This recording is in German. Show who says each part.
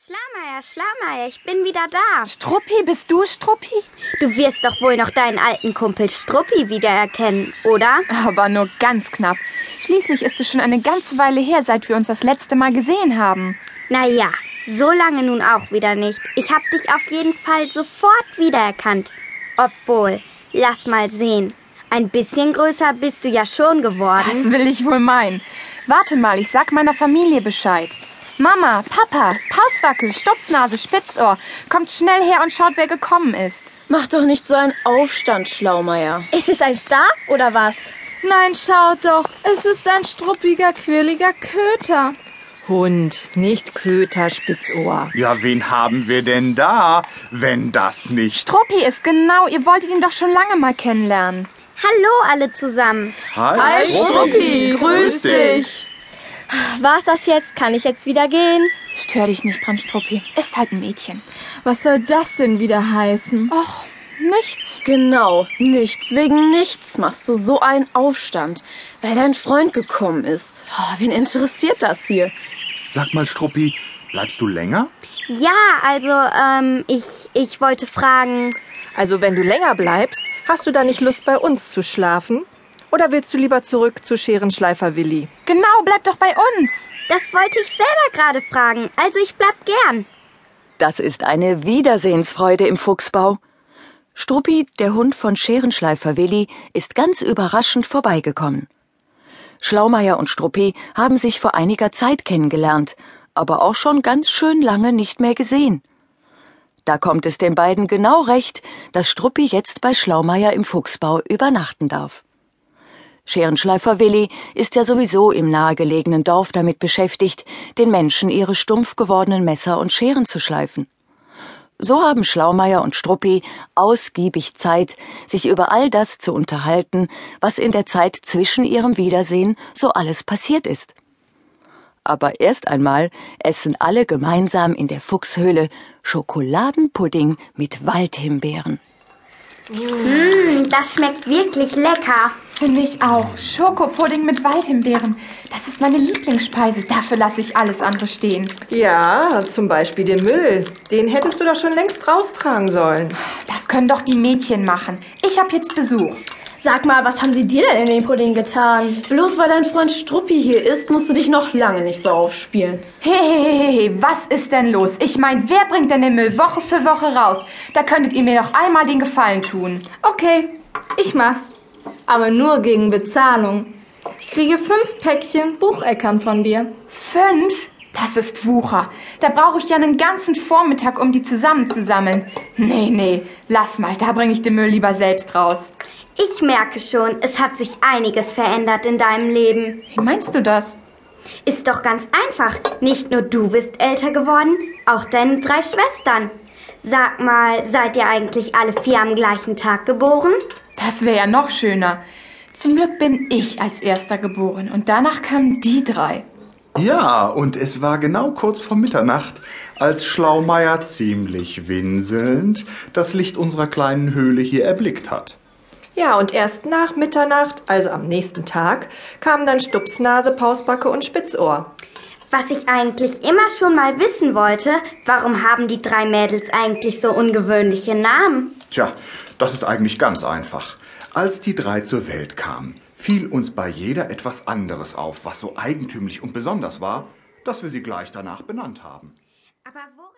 Speaker 1: Schlammeier, Schlammeier, ich bin wieder da.
Speaker 2: Struppi, bist du Struppi?
Speaker 1: Du wirst doch wohl noch deinen alten Kumpel Struppi wiedererkennen, oder?
Speaker 2: Aber nur ganz knapp. Schließlich ist es schon eine ganze Weile her, seit wir uns das letzte Mal gesehen haben.
Speaker 1: Naja, so lange nun auch wieder nicht. Ich hab dich auf jeden Fall sofort wiedererkannt. Obwohl, lass mal sehen. Ein bisschen größer bist du ja schon geworden.
Speaker 2: Das will ich wohl meinen. Warte mal, ich sag meiner Familie Bescheid. Mama, Papa, Pausbackel, Stupsnase, Spitzohr, kommt schnell her und schaut, wer gekommen ist.
Speaker 3: Mach doch nicht so einen Aufstand, Schlaumeier.
Speaker 4: Ist es ein Star oder was?
Speaker 2: Nein, schaut doch, es ist ein struppiger, quirliger Köter.
Speaker 3: Hund, nicht Köter, Spitzohr.
Speaker 5: Ja, wen haben wir denn da, wenn das nicht?
Speaker 2: Struppi ist genau, ihr wolltet ihn doch schon lange mal kennenlernen.
Speaker 1: Hallo alle zusammen.
Speaker 5: Hi,
Speaker 2: Halt,
Speaker 4: Struppi, grüß dich. War's das jetzt? Kann ich jetzt wieder gehen?
Speaker 2: Stör dich nicht dran, Struppi. Ist halt ein Mädchen. Oh,
Speaker 6: Was soll das denn wieder heißen?
Speaker 2: Och, nichts.
Speaker 3: Genau, nichts wegen nichts machst du so einen Aufstand, weil dein Freund gekommen ist. Oh, wen interessiert das hier?
Speaker 5: Sag mal, Struppi, bleibst du länger?
Speaker 1: Ja, also, ähm, ich, ich wollte fragen.
Speaker 7: Also wenn du länger bleibst, hast du da nicht Lust bei uns zu schlafen? Oder willst du lieber zurück zu Scherenschleifer Willi?
Speaker 2: Genau, bleib doch bei uns.
Speaker 1: Das wollte ich selber gerade fragen. Also ich bleib gern.
Speaker 8: Das ist eine Wiedersehensfreude im Fuchsbau. Struppi, der Hund von Scherenschleifer Willi, ist ganz überraschend vorbeigekommen. Schlaumeier und Struppi haben sich vor einiger Zeit kennengelernt, aber auch schon ganz schön lange nicht mehr gesehen. Da kommt es den beiden genau recht, dass Struppi jetzt bei Schlaumeier im Fuchsbau übernachten darf. Scherenschleifer Willi ist ja sowieso im nahegelegenen Dorf damit beschäftigt, den Menschen ihre stumpf gewordenen Messer und Scheren zu schleifen. So haben Schlaumeier und Struppi ausgiebig Zeit, sich über all das zu unterhalten, was in der Zeit zwischen ihrem Wiedersehen so alles passiert ist. Aber erst einmal essen alle gemeinsam in der Fuchshöhle Schokoladenpudding mit Waldhimbeeren.
Speaker 1: Hm, Das schmeckt wirklich lecker.
Speaker 2: Finde ich auch. Schokopudding mit Waldhimbeeren. Das ist meine Lieblingsspeise. Dafür lasse ich alles andere stehen.
Speaker 7: Ja, zum Beispiel den Müll. Den hättest du doch schon längst raustragen sollen.
Speaker 2: Das können doch die Mädchen machen. Ich habe jetzt Besuch.
Speaker 4: Sag mal, was haben sie dir denn in den Pudding getan?
Speaker 3: Bloß weil dein Freund Struppi hier ist, musst du dich noch lange nicht so aufspielen.
Speaker 2: Hey, hey, hey, hey, hey, was ist denn los? Ich meine, wer bringt denn den Müll Woche für Woche raus? Da könntet ihr mir noch einmal den Gefallen tun.
Speaker 6: Okay, ich mach's. Aber nur gegen Bezahlung. Ich kriege fünf Päckchen Bucheckern von dir.
Speaker 2: Fünf? Das ist Wucher. Da brauche ich ja einen ganzen Vormittag, um die zusammenzusammeln. Nee, nee, lass mal, da bringe ich den Müll lieber selbst raus.
Speaker 1: Ich merke schon, es hat sich einiges verändert in deinem Leben.
Speaker 2: Wie meinst du das?
Speaker 1: Ist doch ganz einfach. Nicht nur du bist älter geworden, auch deine drei Schwestern. Sag mal, seid ihr eigentlich alle vier am gleichen Tag geboren?
Speaker 2: Das wäre ja noch schöner. Zum Glück bin ich als erster geboren und danach kamen die drei.
Speaker 5: Ja, und es war genau kurz vor Mitternacht, als Schlaumeier ziemlich winselnd das Licht unserer kleinen Höhle hier erblickt hat.
Speaker 7: Ja, und erst nach Mitternacht, also am nächsten Tag, kamen dann Stupsnase, Pausbacke und Spitzohr.
Speaker 1: Was ich eigentlich immer schon mal wissen wollte, warum haben die drei Mädels eigentlich so ungewöhnliche Namen?
Speaker 5: Tja, das ist eigentlich ganz einfach. Als die drei zur Welt kamen, fiel uns bei jeder etwas anderes auf, was so eigentümlich und besonders war, dass wir sie gleich danach benannt haben.
Speaker 1: Aber woran